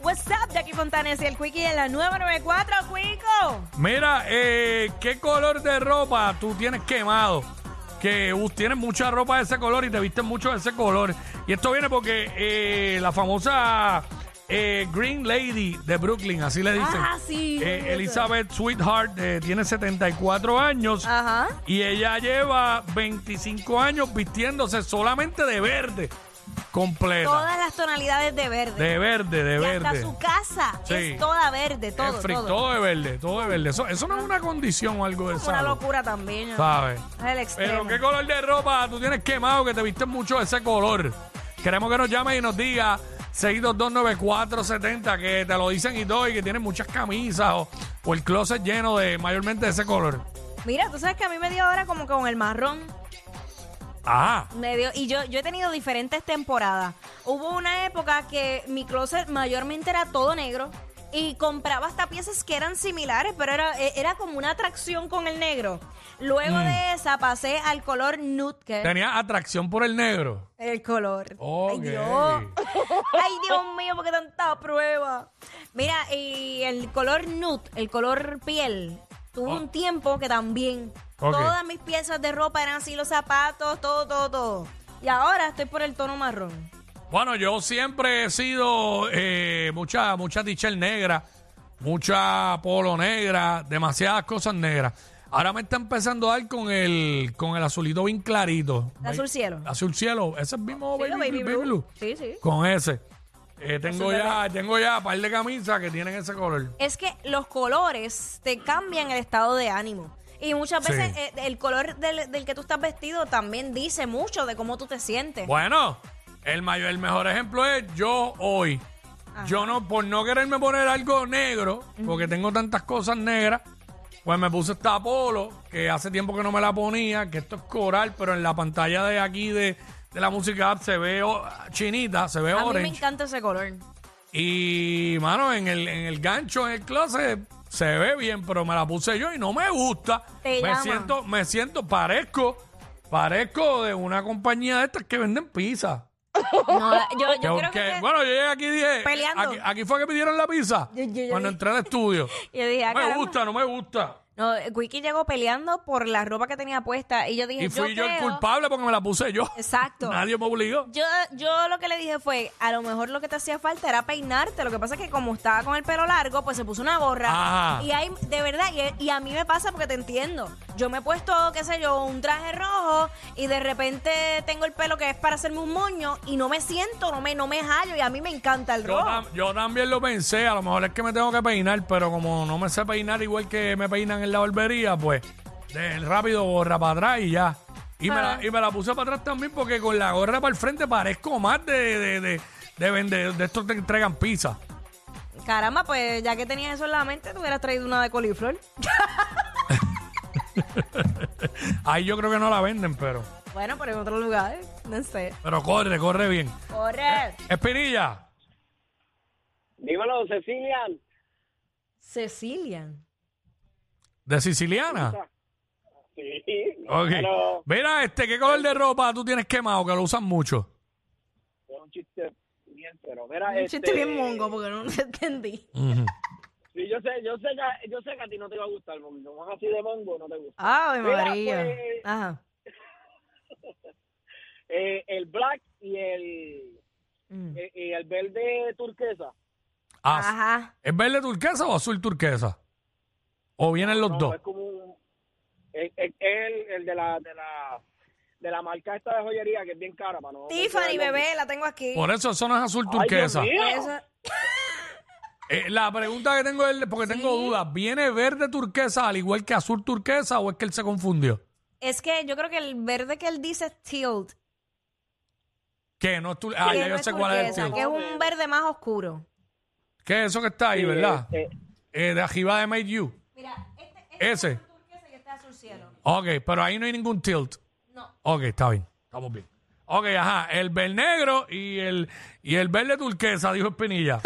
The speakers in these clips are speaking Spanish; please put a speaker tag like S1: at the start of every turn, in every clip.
S1: What's up, Jackie Fontanes y el Quickie en la nueva 94, Quico.
S2: Mira, eh, ¿qué color de ropa tú tienes quemado? Que uh, tienes mucha ropa de ese color y te vistes mucho de ese color. Y esto viene porque eh, la famosa eh, Green Lady de Brooklyn, así le dicen.
S1: Ah, sí.
S2: Eh, Elizabeth Sweetheart eh, tiene 74 años
S1: Ajá.
S2: y ella lleva 25 años vistiéndose solamente de verde, completa.
S1: Todas las tonalidades de verde.
S2: De verde, de
S1: y
S2: verde.
S1: hasta su casa
S2: Sí.
S1: es toda verde, todo,
S2: Es free,
S1: todo.
S2: todo de verde, todo de verde. Eso, eso no es una condición o algo de
S1: Es una
S2: eso.
S1: locura también. ¿no?
S2: ¿Sabes?
S1: Es el extremo.
S2: Pero qué color de ropa tú tienes quemado que te viste mucho de ese color. Queremos que nos llames y nos diga 6229470 que te lo dicen y todo y que tienes muchas camisas o, o el closet lleno de mayormente de ese color.
S1: Mira, tú sabes que a mí me dio ahora como con el marrón.
S2: Ah,
S1: Me dio, y yo, yo he tenido diferentes temporadas. Hubo una época que mi closet mayormente era todo negro y compraba hasta piezas que eran similares, pero era, eh, era como una atracción con el negro. Luego de esa pasé al color nude, que es
S2: Mm. tenía atracción por el negro.
S1: el color. Ay,
S2: Ok.
S1: Dios. Ay, Dios mío, porque tanta prueba. Mira, y el color nude, el color piel, tuvo un tiempo que también
S2: Ah. Ok.
S1: todas mis piezas de ropa eran así, los zapatos, todo, todo, todo. Y ahora estoy por el tono marrón.
S2: Bueno, yo siempre he sido eh, mucha, mucha t-shirt negra, mucha polo negra, demasiadas cosas negras. Ahora me está empezando a dar con el, con el azulito bien clarito.
S1: El azul cielo.
S2: Azul cielo, ese es mismo
S1: Sí,
S2: baby,
S1: lo
S2: Oh, baby blue.
S1: Sí, sí.
S2: Con ese. Eh, tengo ya, tengo ya par de camisas que tienen ese color.
S1: Es que los colores te cambian el estado de ánimo. Y muchas
S2: Sí.
S1: veces eh, el color del, del que tú estás vestido también dice mucho de cómo tú te sientes.
S2: Bueno, el mayor, el mejor ejemplo es yo hoy. Yo no, por no quererme poner algo negro, porque tengo tantas cosas negras, pues me puse esta polo, que hace tiempo que no me la ponía, que esto es coral, pero en la pantalla de aquí de, de la música app se ve o- chinita, se ve
S1: A mí me
S2: orange.
S1: encanta ese color.
S2: Y, mano, en el, en el gancho, en el closet, se ve bien, pero me la puse yo y no me gusta.
S1: Te
S2: me
S1: llama.
S2: siento, me siento, parezco, parezco de una compañía de estas que venden pizza.
S1: No, yo, yo
S2: Que-
S1: creo que,
S2: que-
S1: que-
S2: bueno, yo llegué aquí y dije,
S1: Peleando.
S2: Aquí, aquí fue que pidieron la pizza
S1: Yo- yo- yo
S2: cuando
S1: dije-
S2: entré al estudio.
S1: yo dije, ah,
S2: no me
S1: caramba.
S2: gusta, no me gusta.
S1: No, Wiki llegó peleando por la ropa que tenía puesta y yo dije,
S2: Y fui yo, el
S1: creo-
S2: culpable porque me la puse yo.
S1: Exacto.
S2: Nadie me obligó.
S1: Yo, yo lo que le dije fue, a lo mejor lo que te hacía falta era peinarte. Lo que pasa es que como estaba con el pelo largo, pues se puso una gorra.
S2: Ajá.
S1: Y hay, de verdad, y, y a mí me pasa porque te entiendo. Yo me he puesto, qué sé yo, un traje rojo y de repente tengo el pelo que es para hacerme un moño y no me siento, no me, no me hallo y a mí me encanta el
S2: Yo,
S1: rojo.
S2: tam- yo también lo pensé, a lo mejor es que me tengo que peinar, pero como no me sé peinar igual que me peinan en la barbería, pues de- rápido gorra para atrás y ya. Y me,
S1: Ah.
S2: la, y me la puse para atrás también porque con la gorra para el frente parezco más de, de, de, de vender, de estos que entregan pizza.
S1: Caramba, pues ya que tenías eso en la mente, tú hubieras traído una de coliflor.
S2: Ahí yo creo que no la venden, pero,
S1: Bueno, pero en otro lugar, no sé.
S2: pero corre, corre bien.
S1: Corre.
S2: Espinilla.
S3: Dímelo, Cecilia.
S1: Cecilia.
S2: ¿De siciliana?
S3: Sí.
S2: Ok.
S3: Pero
S2: Mira, este, ¿qué color de ropa tú tienes quemado? Que lo usan mucho.
S3: es un chiste bien, pero mira,
S1: Un
S3: este,
S1: chiste bien mongo porque no te entendí.
S2: Ujú.
S3: Sí, yo sé, yo sé que yo sé que a ti no te va a gustar, porque como es así de mongo no te gusta.
S1: Ay,
S3: Mira,
S1: Ah, María.
S3: pues-
S1: Ajá.
S3: Eh, el black y el
S1: Mm.
S3: eh, y el verde turquesa.
S2: Az-
S1: Ajá.
S2: Ah, ¿Es verde turquesa o azul turquesa? ¿O vienen los
S3: No,
S2: dos?
S3: es como un- es, es- es el, el de la de la de la marca esta de joyería que es bien cara, para no
S1: Tiffany, bebé, la tengo aquí.
S2: Por eso eso no es azul
S3: pues, Ay, Dios
S2: turquesa.
S3: mío.
S1: Esa-
S2: Eh, la pregunta que tengo es, porque tengo dudas, ¿viene verde turquesa al igual que azul turquesa o es que él se confundió?
S1: Es que yo creo que el verde que él dice es tilt.
S2: Que no es tu... Ah,
S1: Que
S2: ya
S1: no
S2: yo
S1: es
S2: sé cuál es el
S1: turquesa,
S2: tío.
S1: Que es un verde más oscuro.
S2: ¿Qué es eso que está ahí, verdad?
S3: eh,
S2: Eh, de arriba de Made You.
S1: Mira, este,
S2: Ese.
S1: turquesa y este azul cielo.
S2: Ok, pero ahí no hay ningún tilt.
S1: No.
S2: Ok, está bien. Estamos bien. Ok, ajá. El verde negro y el, y el verde turquesa, dijo Espinilla.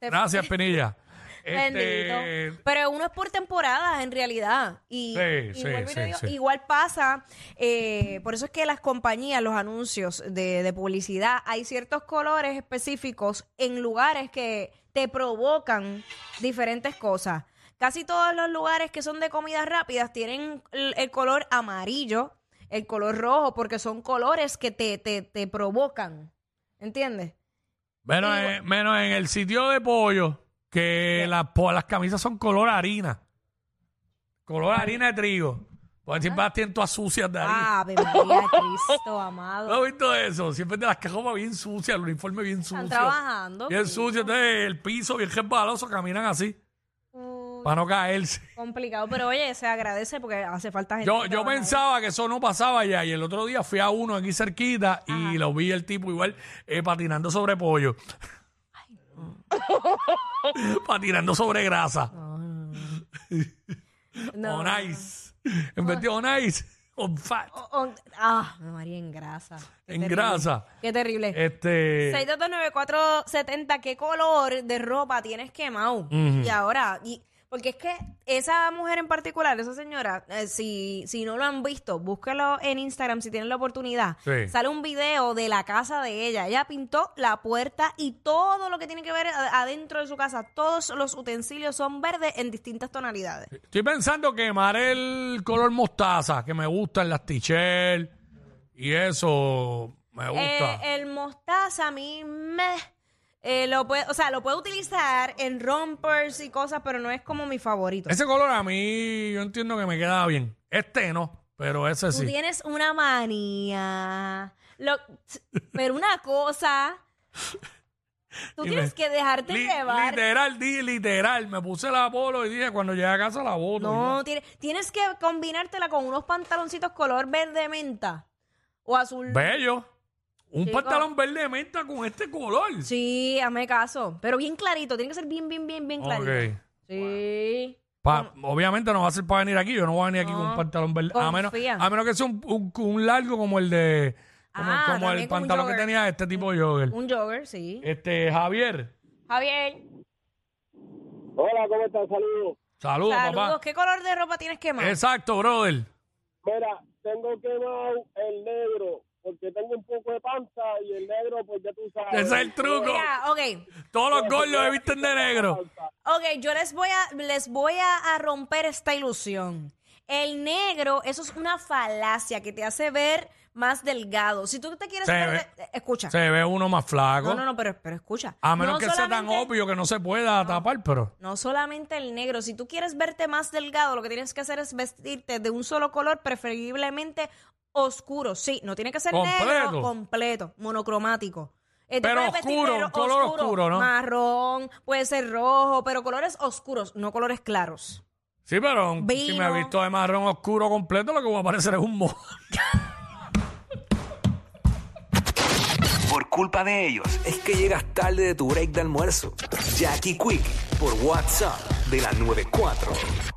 S2: Gracias, Espinilla. Este,
S1: Bendito. Pero uno es por temporadas, en realidad. Y,
S2: Sí,
S1: y
S2: sí,
S1: vuelvo y te
S2: sí,
S1: digo,
S2: sí.
S1: igual pasa, eh, por eso es que las compañías, los anuncios de, de publicidad, hay ciertos colores específicos en lugares que te provocan diferentes cosas. Casi todos los lugares que son de comidas rápidas tienen el, el color amarillo, el color rojo, porque son colores que te, te, te provocan. ¿Entiendes?
S2: menos, en, menos en el sitio de pollo, que las, po- las camisas son color harina. Color harina de trigo. Porque siempre
S1: Ah.
S2: las tienen todas sucias de harina.
S1: Ave María Cristo, amado.
S2: ¿No has visto eso? Siempre te las cajomas bien sucias, el uniforme bien sucio.
S1: Están trabajando.
S2: Bien sucio, entonces el piso bien resbaloso, caminan así,
S1: Uy,
S2: para no caerse.
S1: Uh, complicado, pero oye, se agradece porque hace falta gente.
S2: Yo,
S1: que
S2: yo
S1: trabaja ahí.
S2: pensaba que eso no pasaba ya y el otro día fui a uno aquí cerquita y lo vi el tipo igual eh, patinando sobre pollo. patinando sobre grasa.
S1: No.
S2: On ice. En vez de on ice, on fat.
S1: O- o- ah, Ave María, en grasa. Qué
S2: en
S1: terrible.
S2: grasa.
S1: Qué terrible.
S2: Este.
S1: 6229470, ¿qué color de ropa tienes quemado? Y ahora, y, porque es que esa mujer en particular, esa señora, eh, si, si no lo han visto, búsquelo en Instagram si tienen la oportunidad.
S2: Sí.
S1: Sale un video de la casa de ella. Ella pintó la puerta y todo lo que tiene que ver a- adentro de su casa. Todos los utensilios son verdes en distintas tonalidades.
S2: Estoy pensando quemar el color mostaza que me gusta en las t y eso me gusta.
S1: Eh, el mostaza a mí meh. Eh, lo puede, o sea, lo puedo utilizar en rompers y cosas, pero no es como mi favorito.
S2: Ese color a mí yo entiendo que me queda bien. Este no, pero ese
S1: Tú
S2: sí.
S1: tienes una manía. Lo- pero una cosa. Tú
S2: Dime.
S1: tienes que dejarte
S2: Li-
S1: llevar.
S2: literal, di, literal. Me puse la polo y dije, cuando llegue a casa la boto.
S1: No, tiene- tienes que combinártela con unos pantaloncitos color verde menta o azul.
S2: Y- Bello. Un
S1: Chico.
S2: pantalón verde menta con este color.
S1: Sí, hazme caso. Pero bien clarito, tiene que ser bien, bien, bien, bien
S2: Ok.
S1: clarito. Sí.
S2: Pa- Obviamente no va a ser para venir aquí. Yo no voy a venir aquí
S1: No.
S2: con un pantalón verde. A menos,
S1: Confía.
S2: a menos que sea un, un- un largo como el de. Como,
S1: Ah,
S2: como el
S1: también como un
S2: pantalón que
S1: jogger.
S2: tenía este tipo de jogger.
S1: Un jogger, sí.
S2: Este, Javier.
S1: Javier,
S3: Hola, ¿cómo estás? Saludos.
S2: Saludos,
S1: saludos.
S2: papá.
S1: ¿Qué color de ropa tienes que más?
S2: Exacto, brother.
S3: Mira, tengo quemado el negro porque tengo un poco de panza y el negro, pues ya tú sabes.
S2: Ese es el truco.
S1: Mira, ok.
S2: Todos los gordos se visten de negro.
S1: Ok, yo les voy a, les voy a, a romper esta ilusión. El negro, eso es una falacia que te hace ver más delgado. Si tú te quieres
S2: Se
S1: ver, de- escucha.
S2: Se ve uno más flaco.
S1: No, no, no, pero, pero escucha.
S2: A menos
S1: No
S2: que sea tan
S1: solamente-
S2: obvio que no se pueda tapar, pero.
S1: No solamente el negro, si tú quieres verte más delgado, lo que tienes que hacer es vestirte de un solo color, preferiblemente oscuro. Sí, no tiene que ser
S2: Completo.
S1: negro completo, monocromático. Eh, te
S2: Pero
S1: puedes vestir
S2: oscuro,
S1: negro
S2: un color oscuro, ¿no?
S1: Marrón, puede ser rojo, pero colores oscuros, no colores claros.
S2: Sí, pero un-
S1: Vino.
S2: si me he visto de marrón oscuro completo, lo que va a aparecer es un mojo.
S4: Por culpa de ellos es que llegas tarde de tu break de almuerzo. Jackie Quick por WhatsApp de la 94.